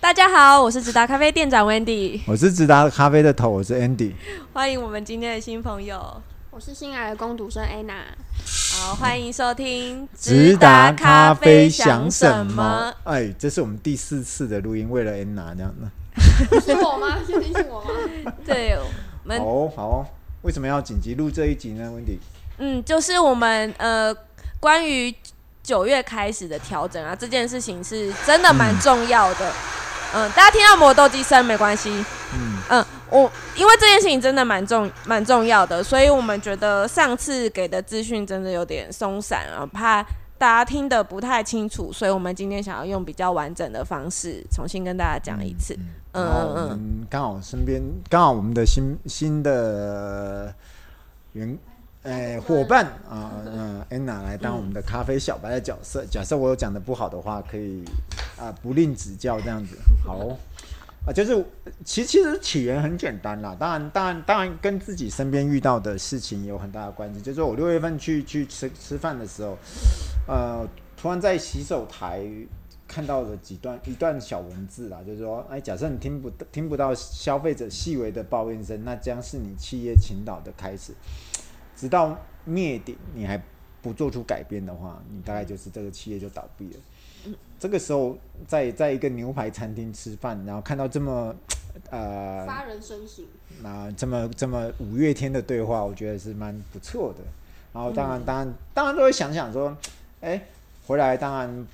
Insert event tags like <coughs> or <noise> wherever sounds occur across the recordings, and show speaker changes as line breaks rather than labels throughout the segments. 大家好，我是直达咖啡店长 Wendy，
我是直达咖啡的头，我是 Andy。
欢迎我们今天的新朋友，
我是新来的攻读生 Anna。
好，欢迎收听
直达咖啡想
直达咖
什
啡
么？？哎，这是我们第四次的录音，为了 Anna 这样的。
是我吗？确定是我吗？
对，我们
好哦，好哦。为什么要紧急录这一集呢？Wendy，
嗯，就是我们呃，关于九月开始的调整啊，这件事情是真的蛮重要的。嗯，大家听到磨豆机声没关系。嗯我因为这件事情真的蛮重蛮重要的，所以我们觉得上次给的资讯真的有点松散啊，怕大家听得不太清楚，所以我们今天想要用比较完整的方式重新跟大家讲一次。嗯
然后
嗯
我
嗯，
们刚好身边刚好我们的新新的员哎伙伴啊，嗯、Anna 来当我们的咖啡小白的角色。假设我有讲的不好的话，可以啊、不吝指教这样子。好哦、啊，就是其其实起源很简单啦，当然当然当然跟自己身边遇到的事情有很大的关系。就是我六月份去去吃吃饭的时候，呃，突然在洗手台看到了几段一段小文字啦，就是说，哎，假设你听不听不到消费者细微的抱怨声，那将是你企业倾倒的开始。直到灭顶，你还不做出改变的话，你大概就是这个企业就倒闭了。这个时候在在一个牛排餐厅吃饭，然后看到这么呃
发人深省。
那、这么这么五月天的对话，我觉得是蛮不错的。然后当然当然当然都会想想说，哎，回来当然，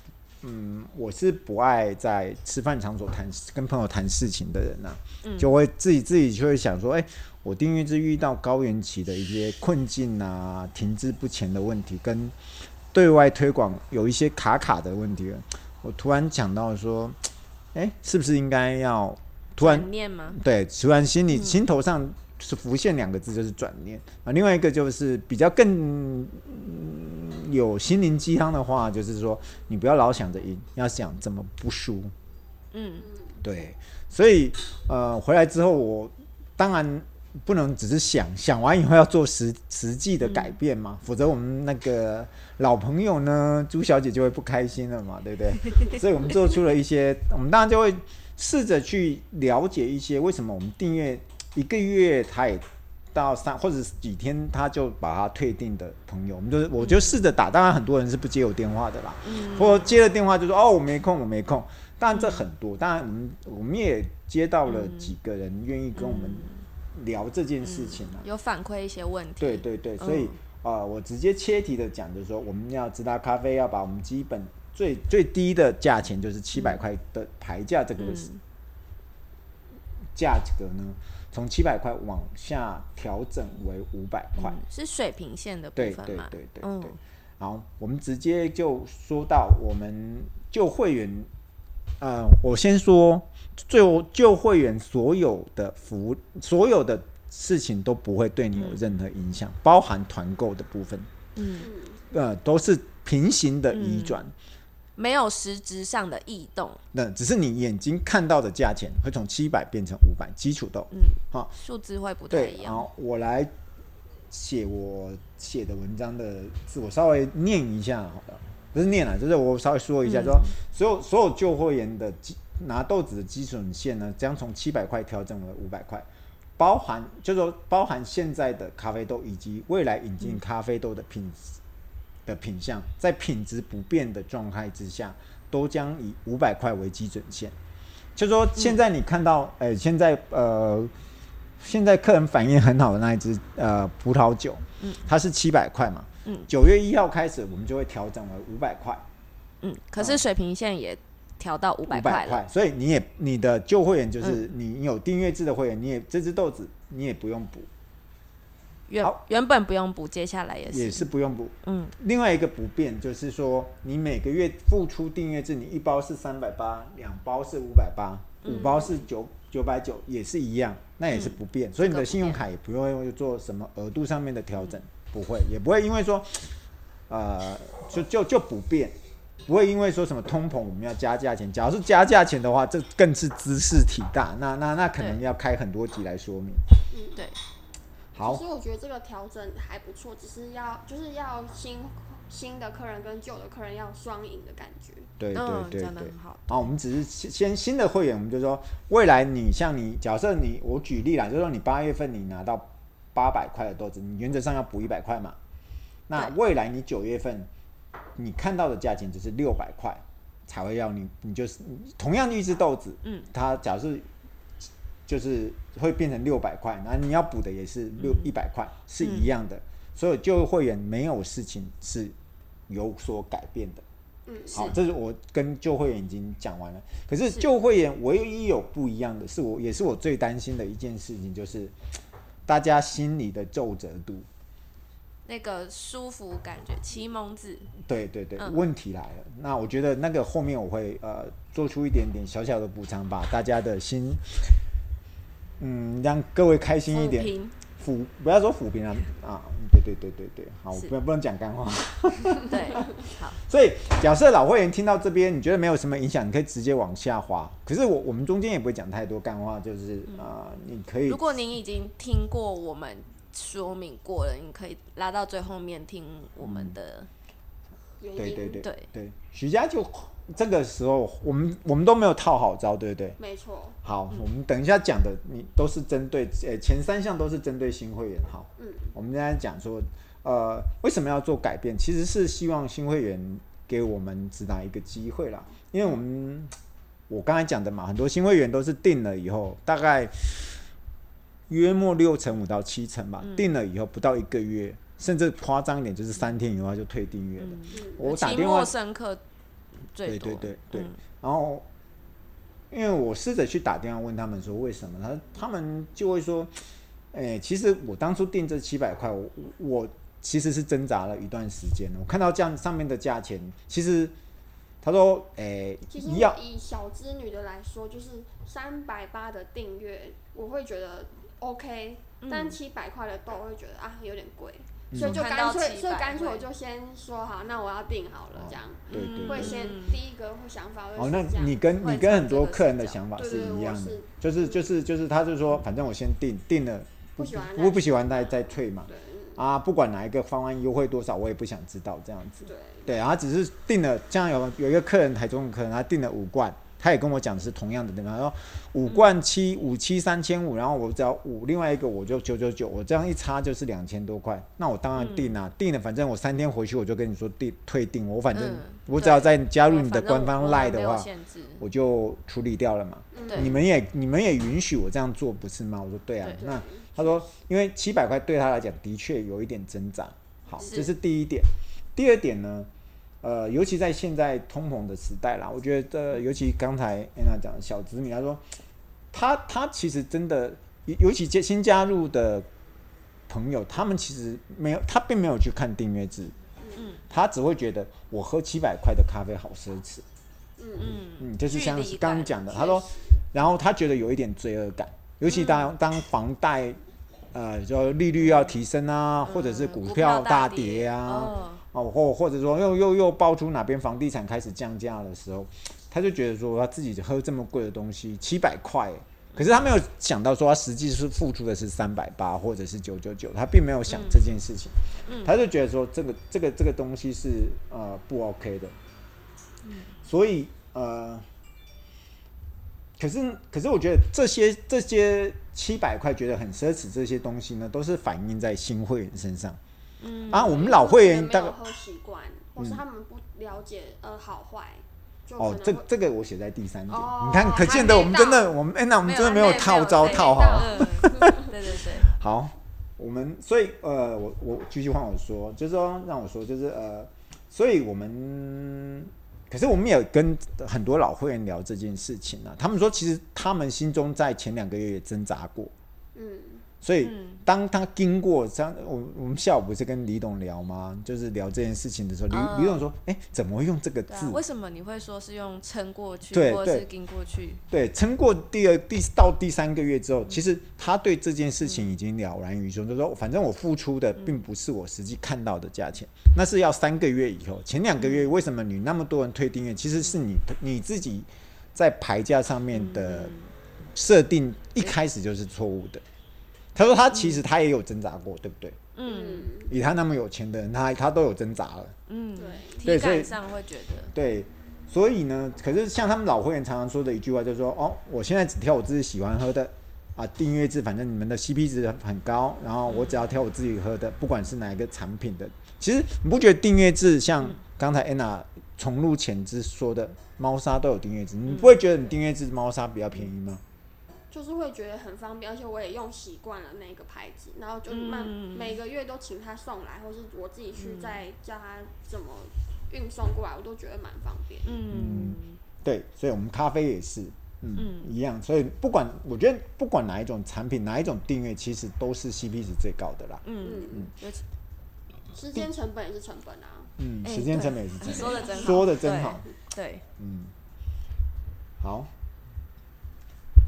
嗯，我是不爱在吃饭场所谈跟朋友谈事情的人呐、就会自己自己就会想说，哎，我订阅制遇到高原期的一些困境啊，停滞不前的问题，跟对外推广有一些卡卡的问题了。我突然想到说，哎，是不是应该要突然
转念吗？
对，突然心里心头上是浮现两个字，就是转念啊。另外一个就是比较更、嗯有心灵鸡汤的话，就是说你不要老想着赢，要想怎么不输。
嗯
对，所以呃，回来之后我当然不能只是想，想完以后要做实实际的改变嘛，否则我们那个老朋友呢，朱小姐就会不开心了嘛，对不对？所以我们做出了一些，我们当然就会试着去了解一些为什么我们订阅一个月它也。到三或者是几天，他就把它退订的朋友，我们就是我就试着打，当然很多人是不接我电话的啦，或接了电话就说哦我没空我没空，当然这很多，当然我们我们也接到了几个人愿意跟我们聊这件事情啊。
有反馈一些问题。
对对对，
嗯
所以啊、呃我直接切题的讲，就是说我们要直达咖啡要把我们基本最最低的价钱就是七百块的牌价这个
嗯
价格呢，从七百块往下调整为五百块。
嗯是水平线的部
对
分
对
嘛？
对对
嗯
对。好，我们直接就说到我们旧会员，呃，我先说旧旧会员所有的服务所有的事情都不会对你有任何影响，包含团购的部分，
嗯，
呃，都是平行的移转。
没有实质上的异动，
那只是你眼睛看到的价钱会从七百变成五百，基础豆。
嗯，
好
数字会不太
对
一，
然
样。
后我来写我写的文章的字，我稍微念一下好了，不是念了，就是我稍微说
嗯
一下，说所有所有旧会员的基拿豆子的基准线呢，将从七百块调整为五百块，包含就是说包含现在的咖啡豆以及未来引进咖啡豆的品、的品相，在品质不变的状态之下，都将以五百块为基准线。就说现在你看到，哎、现在呃，现在客人反应很好的那一支呃葡萄酒，
嗯
它是七百块嘛，
嗯
九月一号开始我们就会调整为五百块，
嗯，可是水平线也调到五百块
五百
了。嗯
块，所以你也你的旧会员就是你你有订阅制的会员，你也这只豆子你也不用补，
原
好
原本不用补，接下来也是。
也是不用补。
嗯
另外一个不变就是说，你每个月付出订阅制，你一包是三百八，两包是五百八，
嗯
五包是九九百九，也是一样，那也是不
嗯
变。所以你的信用卡也不用做什么额度上面的调整，不会，也不会因为说，呃，就就就不变。不会因为说什么通膨我们要加价钱，假如是加价钱的话，这更是知识体大，那那那可能
对
要开很多集来说明。
嗯，
对，
好
其，实我觉得这个调整还不错，只是要就是要先新的客人跟旧的客人要双赢的感觉。
对对
嗯，
对
讲的
对
很。好，
啊，我们只是先先新的会员，我们就说未来你像你，假设你我举例啦，就说你八月份你拿到八百块的豆子，你原则上要补一百块嘛。那未来你九月份你看到的价钱就是六百块才会要你，你就是同样的一只豆子，
嗯，
它假设就是会变成六百块，那你要补的也是六一百块，是一样的。所以就会员没有事情是有所改变的。
嗯，
好，
是
这是我跟旧会员已经讲完了。可是
是
旧会员唯一有不一样的是我，也是我最担心的一件事情，就是大家心里的皱褶度。
那个舒服感觉，奇蒙子，
对对对，
嗯
问题来了。那我觉得那个后面我会呃做出一点点小小的补偿，把大家的心，嗯，让各位开心一
抚
点。
平，
抚不要说抚平啊啊，对对对对对，好，我
是
不不能讲干话。
对，好，
所以假设老会员听到这边，你觉得没有什么影响，你可以直接往下滑。可是我我们中间也不会讲太多干话，就是啊、呃你可以
嗯如果您已经听过我们说明过了，你可以拉到最后面听我们的，
原因
对对对
对
对，徐佳就这个时候，我们我们都没有套好招，对不对？
没错，
好，
嗯
我们等一下讲的，你都是针对呃前三项都是针对新会员。好，
嗯，
我们现在讲说，呃，为什么要做改变？其实是希望新会员给我们指导一个机会啦，因为我们我刚才讲的嘛，很多新会员都是定了以后，大概约莫六成五到七成
嗯
吧，定了以后不到一个月，甚至夸张一点就是三天以后他就退订阅了。
嗯，
我打
期
电话
末深刻最
对
多，
对对对
嗯
然后因为我试着去打电话问他们说为什么，他他们就会说，哎、其实我当初定这七百块，我我其实是挣扎了一段时间了。我看到这样上面的价钱，其实他说，哎、
其实
要
我以小资女的来说，就是三百八的订阅，我会觉得 OK，、
嗯
但七百块的豆我会觉得啊有点贵，
嗯
所以就
看到
干脆，
700
所以干脆
会
我就先说好，那我要订好了，这样、
对对
嗯
会
对。
先
嗯
第一个会想法
哦
会，
那
是这样。
你跟
会
你跟
从
很
这
多
个
客人
视
的
角
想法
对
是
对对
一
我
样的
是，
就是就是就是，他就说，反正我先定定了，
不喜欢
不不喜欢再再退嘛，
对
啊，不管哪一个方案优惠多少，我也不想知道这样子。
对，
对，他只是订了，像有有一个客人，台中的客人，他订了五罐，他也跟我讲是同样的地方，他说五罐七五七三千五，然后我只要五，另外一个我就九九九，我这样一差就是两千多块，那我当然订啊，订了，反正我三天回去我就跟你说订退订，我反正、
嗯
我只要再加入你的
反正
官方
我
line
没
的
有
话，
限制，
我就处理掉了嘛。
对
你们也你们也允许我这样做不是吗？我说对啊，
对
那他说因为七百块对他来讲的确有一点挣扎，好，
是
这是第一点。第二点呢，呃，尤其在现在通膨的时代啦，我觉得、尤其刚才安娜讲的小子女，她说她她其实真的，尤尤其加新加入的朋友，他们其实没有，他并没有去看订阅制，
嗯，
他只会觉得我喝七百块的咖啡好奢侈，
嗯
嗯
嗯，就是
距
像
离
刚
感
讲的，
确
他说，然后他觉得有一点罪恶感，尤其当、当房贷，呃，就利率要提升啊，或者是
嗯
股
股票
票
大
跌
跌
啊，
哦
哦，或或者说又又又爆出哪边房地产开始降价的时候，他就觉得说他自己喝这么贵的东西，七百块。欸可是他没有想到说他实际是付出的是三百八或者是九九九，他并没有想这件事情，
嗯
他就觉得说这个这个这个东西是呃不 OK 的，
嗯
所以呃，可是可是我觉得这些这些七百块觉得很奢侈这些东西呢，都是反映在新会员身上。
嗯
啊，我们老会员
因为
大
他
概嗯
们没有喝习惯，或是他们不了解呃好坏，就
哦，
可
这
能会
这个我写在第三点，
哦
你看，可见得我们真的，我们哎、那我们真的没有套招套
好，
好。哦
嗯对对对，
好，我们所以呃，我我继续换我说，就是说让我说，就是呃，所以我们可是我们也跟很多老会员聊这件事情啊，他们说其实他们心中在前两个月也挣扎过，
嗯
所以
嗯
当他经过像我我们下午不是跟李董聊吗？就是聊这件事情的时候，李、
嗯
李董说，哎、怎么会用这个
对
字
啊，？为什么你会说是用撑过去，
对
或者
对
是顶过去？
对，撑过第二第到第三个月之后，其实他对这件事情已经了然于胸，就说反正我付出的并不是我实际看到的价钱，那是要三个月以后。前两个月为什么你那么多人退订阅，其实是你你自己在牌价上面的设定一开始就是错误的。他说他其实他也有挣扎过，对不对？
嗯
嗯，
以他那么有钱的人，他他都有挣扎了。
嗯，
对
体
对所以
感上会觉得，
对，所以呢，可是像他们老会员常常说的一句话，就是说，哦，我现在只挑我自己喜欢喝的，啊，订阅制，反正你们的 CP 值很高，然后我只要挑我自己喝的，不管是哪一个产品的。其实你不觉得订阅制
嗯
像刚才 Anna 重入前之说的，猫砂都有订阅制，你不会觉得你订阅制猫砂比较便宜吗？
就是会觉得很方便，而且我也用习惯了那个牌子，然后就是慢、
嗯
每个月都请他送来，或是我自己去再叫他怎么运送过来，我都觉得蛮方便。
嗯
对，所以我们咖啡也是，嗯，
嗯
一样。所以不管我觉得不管哪一种产品，哪一种订阅，其实都是 CP 值最高的啦。
嗯，
嗯，
尤其
时间成本也是成本啊。
嗯，
哎
时间成本也是
你
这样。
说的真好，
说得真好
对，
嗯，好。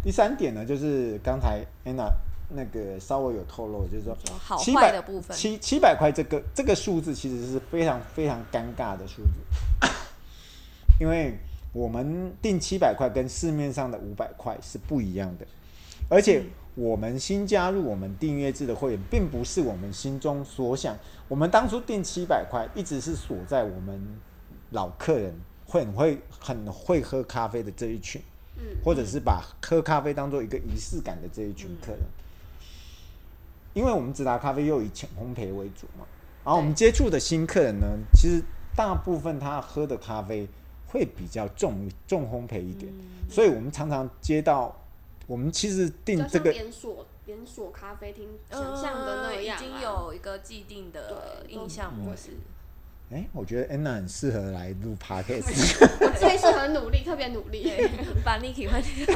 第三点呢，就是刚才 Anna 那个稍微有透露，就是说
对，好
七
坏
百
的部分，
七七百块这个这个数字其实是非常非常尴尬的数字， <coughs> 因为我们定七百块跟市面上的五百块是不一样的，而
嗯
且我们新加入我们订阅制的会员，并不是我们心中所想，我们当初定七百块一直是锁在我们老客人会很会很会喝咖啡的这一群，
嗯，
或者是把喝咖啡当做一个仪式感的这一群客人，因为我们直达咖啡又以浅烘焙为主嘛，然后我们接触的新客人呢，其实大部分他喝的咖啡会比较重重烘焙一点，所以我们常常接到，我们其实定
就
这
像
个
连锁连锁咖啡厅想
嗯
象的那样、啊
已经有一个既定的
对
印象模式，
哎、我觉得 Anna 很适合来录 podcast。
我这一次很努力，特别努力。
对， <laughs> 把 Niki 换掉，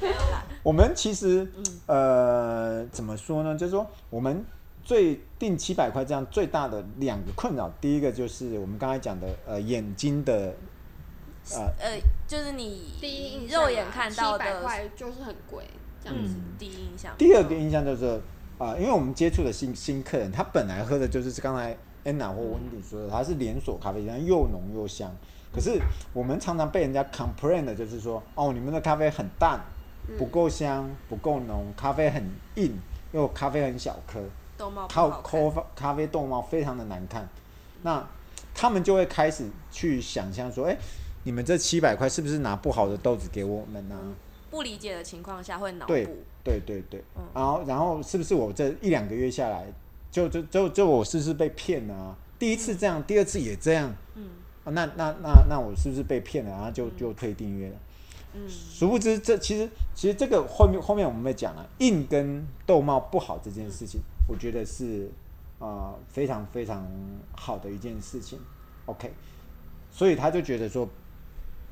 没有啦，
我们其实，呃，怎么说呢？就是说，我们最定七百块这样最大的两个困扰，第一个就是我们刚才讲的，呃，眼睛的，呃，
呃，就是你
第一印象啊
肉眼看到
700
的，
块就是很贵，这样子。
嗯，第一印象，
第二个印象就是，啊、因为我们接触的新新客人，他本来喝的就是刚才 Anna 或温迪说的，它是连锁咖啡，然后又浓又香。可是我们常常被人家 complain 的就是说，哦，你们的咖啡很淡，不够香，不够浓，咖啡很硬，又咖啡很小颗。
豆帽不
靠
好看，
咖啡咖啡豆猫非常的难看，那他们就会开始去想象说，哎、你们这七百块是不是拿不好的豆子给我们呢、
不理解的情况下会脑
对
补，
对对对
嗯，
然后然后是不是我这一两个月下来，就就就就我是不是被骗了啊？第一次这样，第二次也这样，
嗯
啊那那那那我是不是被骗了？然后就就退订阅了。
嗯
殊不知这其实其实这个后面后面我们会讲了、硬跟豆帽不好这件事情，我觉得是呃非常非常好的一件事情。OK，所以他就觉得说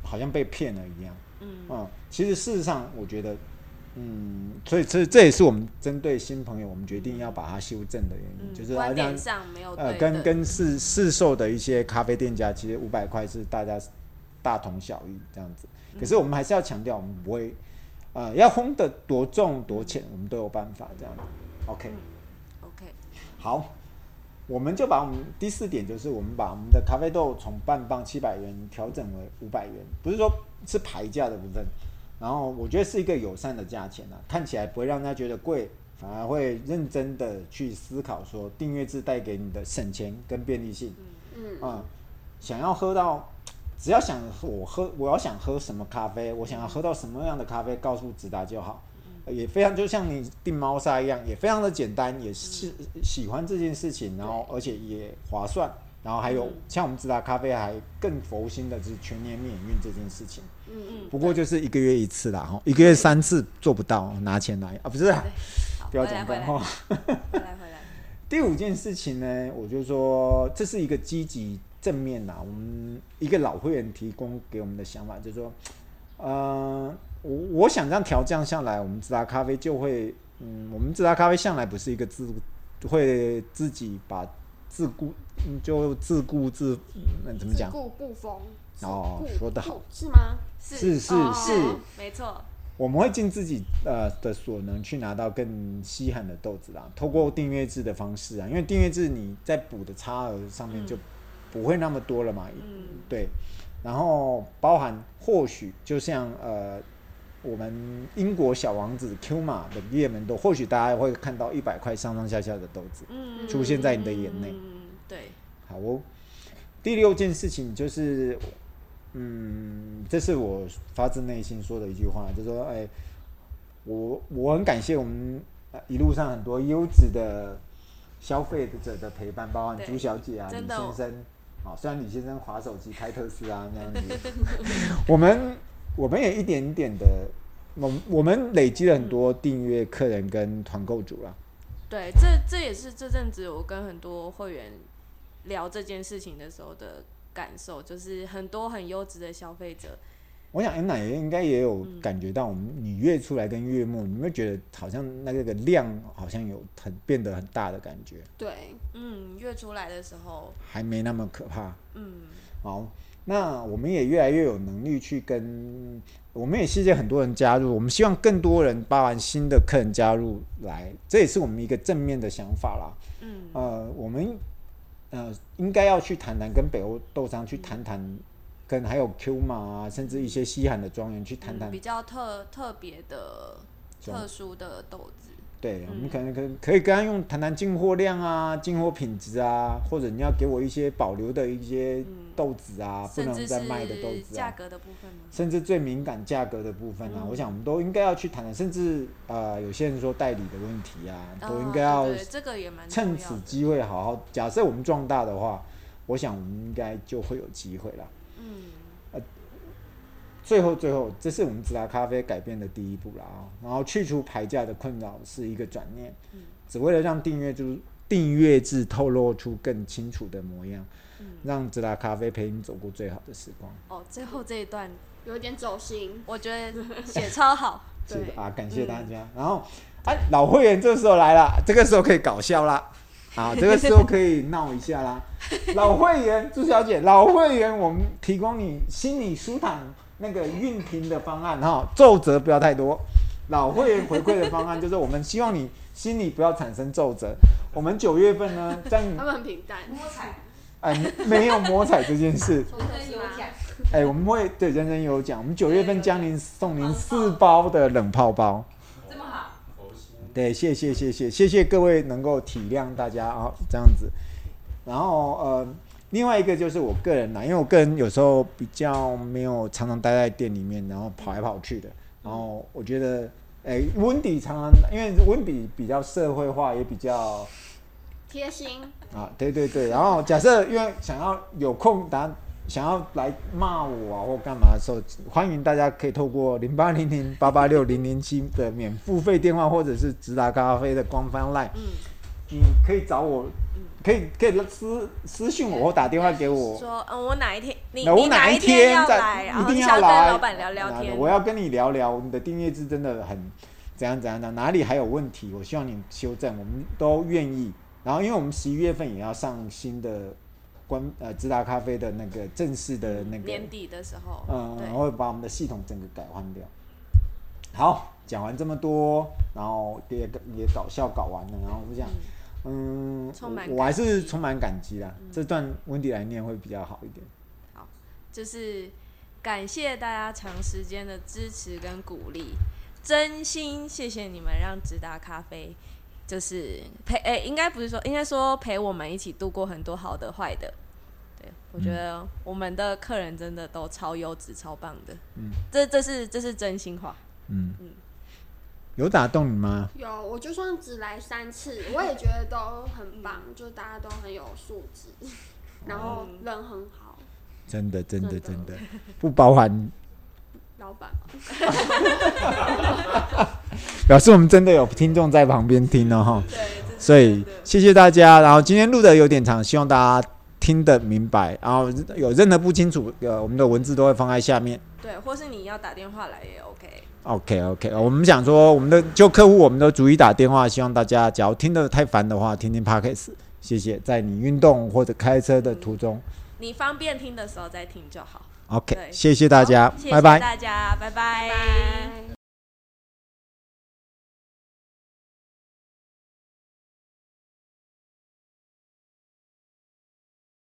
好像被骗了一样。
嗯
嗯，其实事实上我觉得，嗯，所以这这也是我们针对新朋友，我们决定要把它修正的原
嗯，
因，就是要
观
让
点上没有对
呃，
的，
跟跟市市售的一些咖啡店家，其实五百块是大家大同小异这样子。可
嗯
是我们还是要强调，我们不会呃要烘的多重多浅，我们都有办法这样子。OK，
OK，
好，我们就把我们第四点，就是我们把我们的咖啡豆从半磅七百元调整为五百元，不是说是牌价的部分。然后我觉得是一个友善的价钱啊，看起来不会让人家觉得贵，反而会认真的去思考说订阅制带给你的省钱跟便利性。
嗯，
嗯，想要喝到，只要想我喝，我要想喝什么咖啡，我想要喝到什么样的咖啡，告诉直达就好。呃也非常就像你订猫砂一样，也非常的简单，也是喜欢这件事情，然后而且也划算，然后还有像我们直达咖啡还更佛心的就是全年免运这件事情。
嗯
不过就是一个月一次啦，哈，一个月三次做不到，拿钱来啊，不是啊
对，好，
不要
回来
讲
回
干
来
话。 <laughs>
回来回来，
第五件事情呢，我就说这是一个积极正面啊呐、我们一个老会员提供给我们的想法就是说，呃，我我想这样调降下来，我们自达咖啡就会，嗯，我们自达咖啡向来不是一个自会自己把自顾嗯就自顾自，嗯、怎么讲
自？顾不逢。自
哦
顾
说得
不
好
是吗？
是是
哦
是
没错，
我们会尽自己呃的所能去拿到更稀罕的豆子啦，透过订阅制的方式啊，因为订阅制你在补的差额上
嗯
面就不会那么多了嘛，
嗯
对，然后包含或许就像呃我们英国小王子 Q 码的页面都，或许大家会看到一百块上上下下的豆子。
嗯
出现在你的眼内
嗯，对，
好哦。第六件事情就是，嗯，这是我发自内心说的一句话，就说，哎，我我很感谢我们呃一路上很多优质的消费者的陪伴，包含
对
朱小姐啊、
真
李
的哦
先生啊、虽然李先生划手机开特斯拉那
<laughs>
样子，我们我们也一点一点的，我们我们累积了很多订阅客人跟团购组啦、
对，这这也是这阵子我跟很多会员聊这件事情的时候的感受，就是很多很优质的消费者，
我想安娜也应该也有感觉到，我们你月出来跟月末，你有没有觉得好像那个量好像有很变得很大的感觉，
对，
嗯，月出来的时候，
还没那么可怕。
嗯，
好，那我们也越来越有能力去跟，我们也谢谢很多人加入，我们希望更多人，包含新的客人加入来，这也是我们一个正面的想法啦。
嗯，
呃，我们呃应该要去谈谈跟北欧豆商去谈谈，跟还有 Q 马啊，甚至一些西韩的庄园去谈
嗯
谈
比较特特别的、
这种
特殊的豆子，
对，我们
嗯
可能可可以跟他用谈谈进货量啊、进货品质啊，或者你要给我一些保留的一些
嗯
豆子啊，不
甚
能
至
再卖的豆
是
子
价
啊，
格的部分吗？
甚至最敏感价格的部分啊，
嗯
我想我们都应该要去谈谈，甚至呃，有些人说代理的问题啊，都应
啊
该要
对对这个也蛮重
趁
要
此
的
机会好好。假设我们壮大的话，我想我们应该就会有机会啦。
嗯，
最后，最后，这是我们直达咖啡改变的第一步了啊！然后去除排价的困扰是一个转念，
嗯
只为了让订阅制订阅制透露出更清楚的模样，
嗯
让直达咖啡陪你走过最好的时光。
哦，最后这一段
有一点走心，
我觉得写超好，
是
对
啊，感谢大家。然后，哎、老会员这时候来了， <laughs> 这个时候可以搞笑啦， <laughs> 啊，这个时候可以闹一下啦。 <laughs> 老会员朱小姐，老会员，我们提供你心理舒坦那个熨平的方案哈，皱褶不要太多。老会员回馈的方案就是，我们希望你心里不要产生皱褶。我们九月份呢， <laughs> 在你
他们很平淡，
嗯
摸彩，
哎没有摸彩这件事，
从
人
特
人
斯
有
拉
奖，
哎，我们会对人人有奖。我们九月份将您送您四包的冷泡包。
这么好，
对，谢谢谢谢谢谢各位能够体谅大家啊、这样子。然后呃，另外一个就是我个人啦，因为我个人有时候比较没有常常待在店里面，然后跑来跑去的。然后我觉得，哎，温迪常常因为温迪比较社会化，也比较
贴心，
啊，对对对。然后假设因为想要有空打。想要来骂我啊或干嘛的时候，欢迎大家可以透过零八零零八八六零零七的免付费电话，或者是直达咖啡的官方 LINE
嗯，
你可以找我，可以可以私私信我，或打电话给我。
说嗯，我哪一天你
那我
你
哪
一
一天
要
再
来，然
一
后
定
你
要
想
来
跟老板聊聊天，
我要跟你聊聊，你的订阅制真的很怎样怎样的，哪里还有问题，我希望你修正，我们都愿意。然后，因为我们十一月份也要上新的关呃直达咖啡的那个正式的那个
年底的时候，
嗯，
对
然，后把我们的系统整个改换掉。好，讲完这么多，然后也也搞笑搞完了，然后我们讲，嗯，
充满
我我还
感
是
激嗯
充满感激啦。这段温迪来念会比较好一点。
就是感谢大家长时间的支持跟鼓励，真心谢谢你们让直达咖啡就是陪诶、应该不是说，应该说陪我们一起度过很多好的坏的。对，我
嗯
觉得我们的客人真的都超优质、超棒的。
嗯，
这这是这是真心话。
嗯
嗯，
有打动你吗？
有，我就算只来三次，我也觉得都
嗯
很棒，就大家都很有素质，然后人很好，
真的，真的，真
真的
的，不包含，
老板
表示我们真的有听众在旁边听哦，哈。
对，这是
所以
真的
谢谢大家。然后今天录的有点长，希望大家听得明白。然后有任何不清楚，呃，我们的文字都会放在下面。
对，或是你要打电话来也 OK。
OK OK，我呃们想说，我们的就客户，我们都逐一打电话，希望大家，假如听得太烦的话，听听 Podcast，谢谢，在你运动或者开车的途中。
你方便听的时候再听就好。
OK，
对
谢谢大家
好，谢谢
拜拜。
大家，拜拜
拜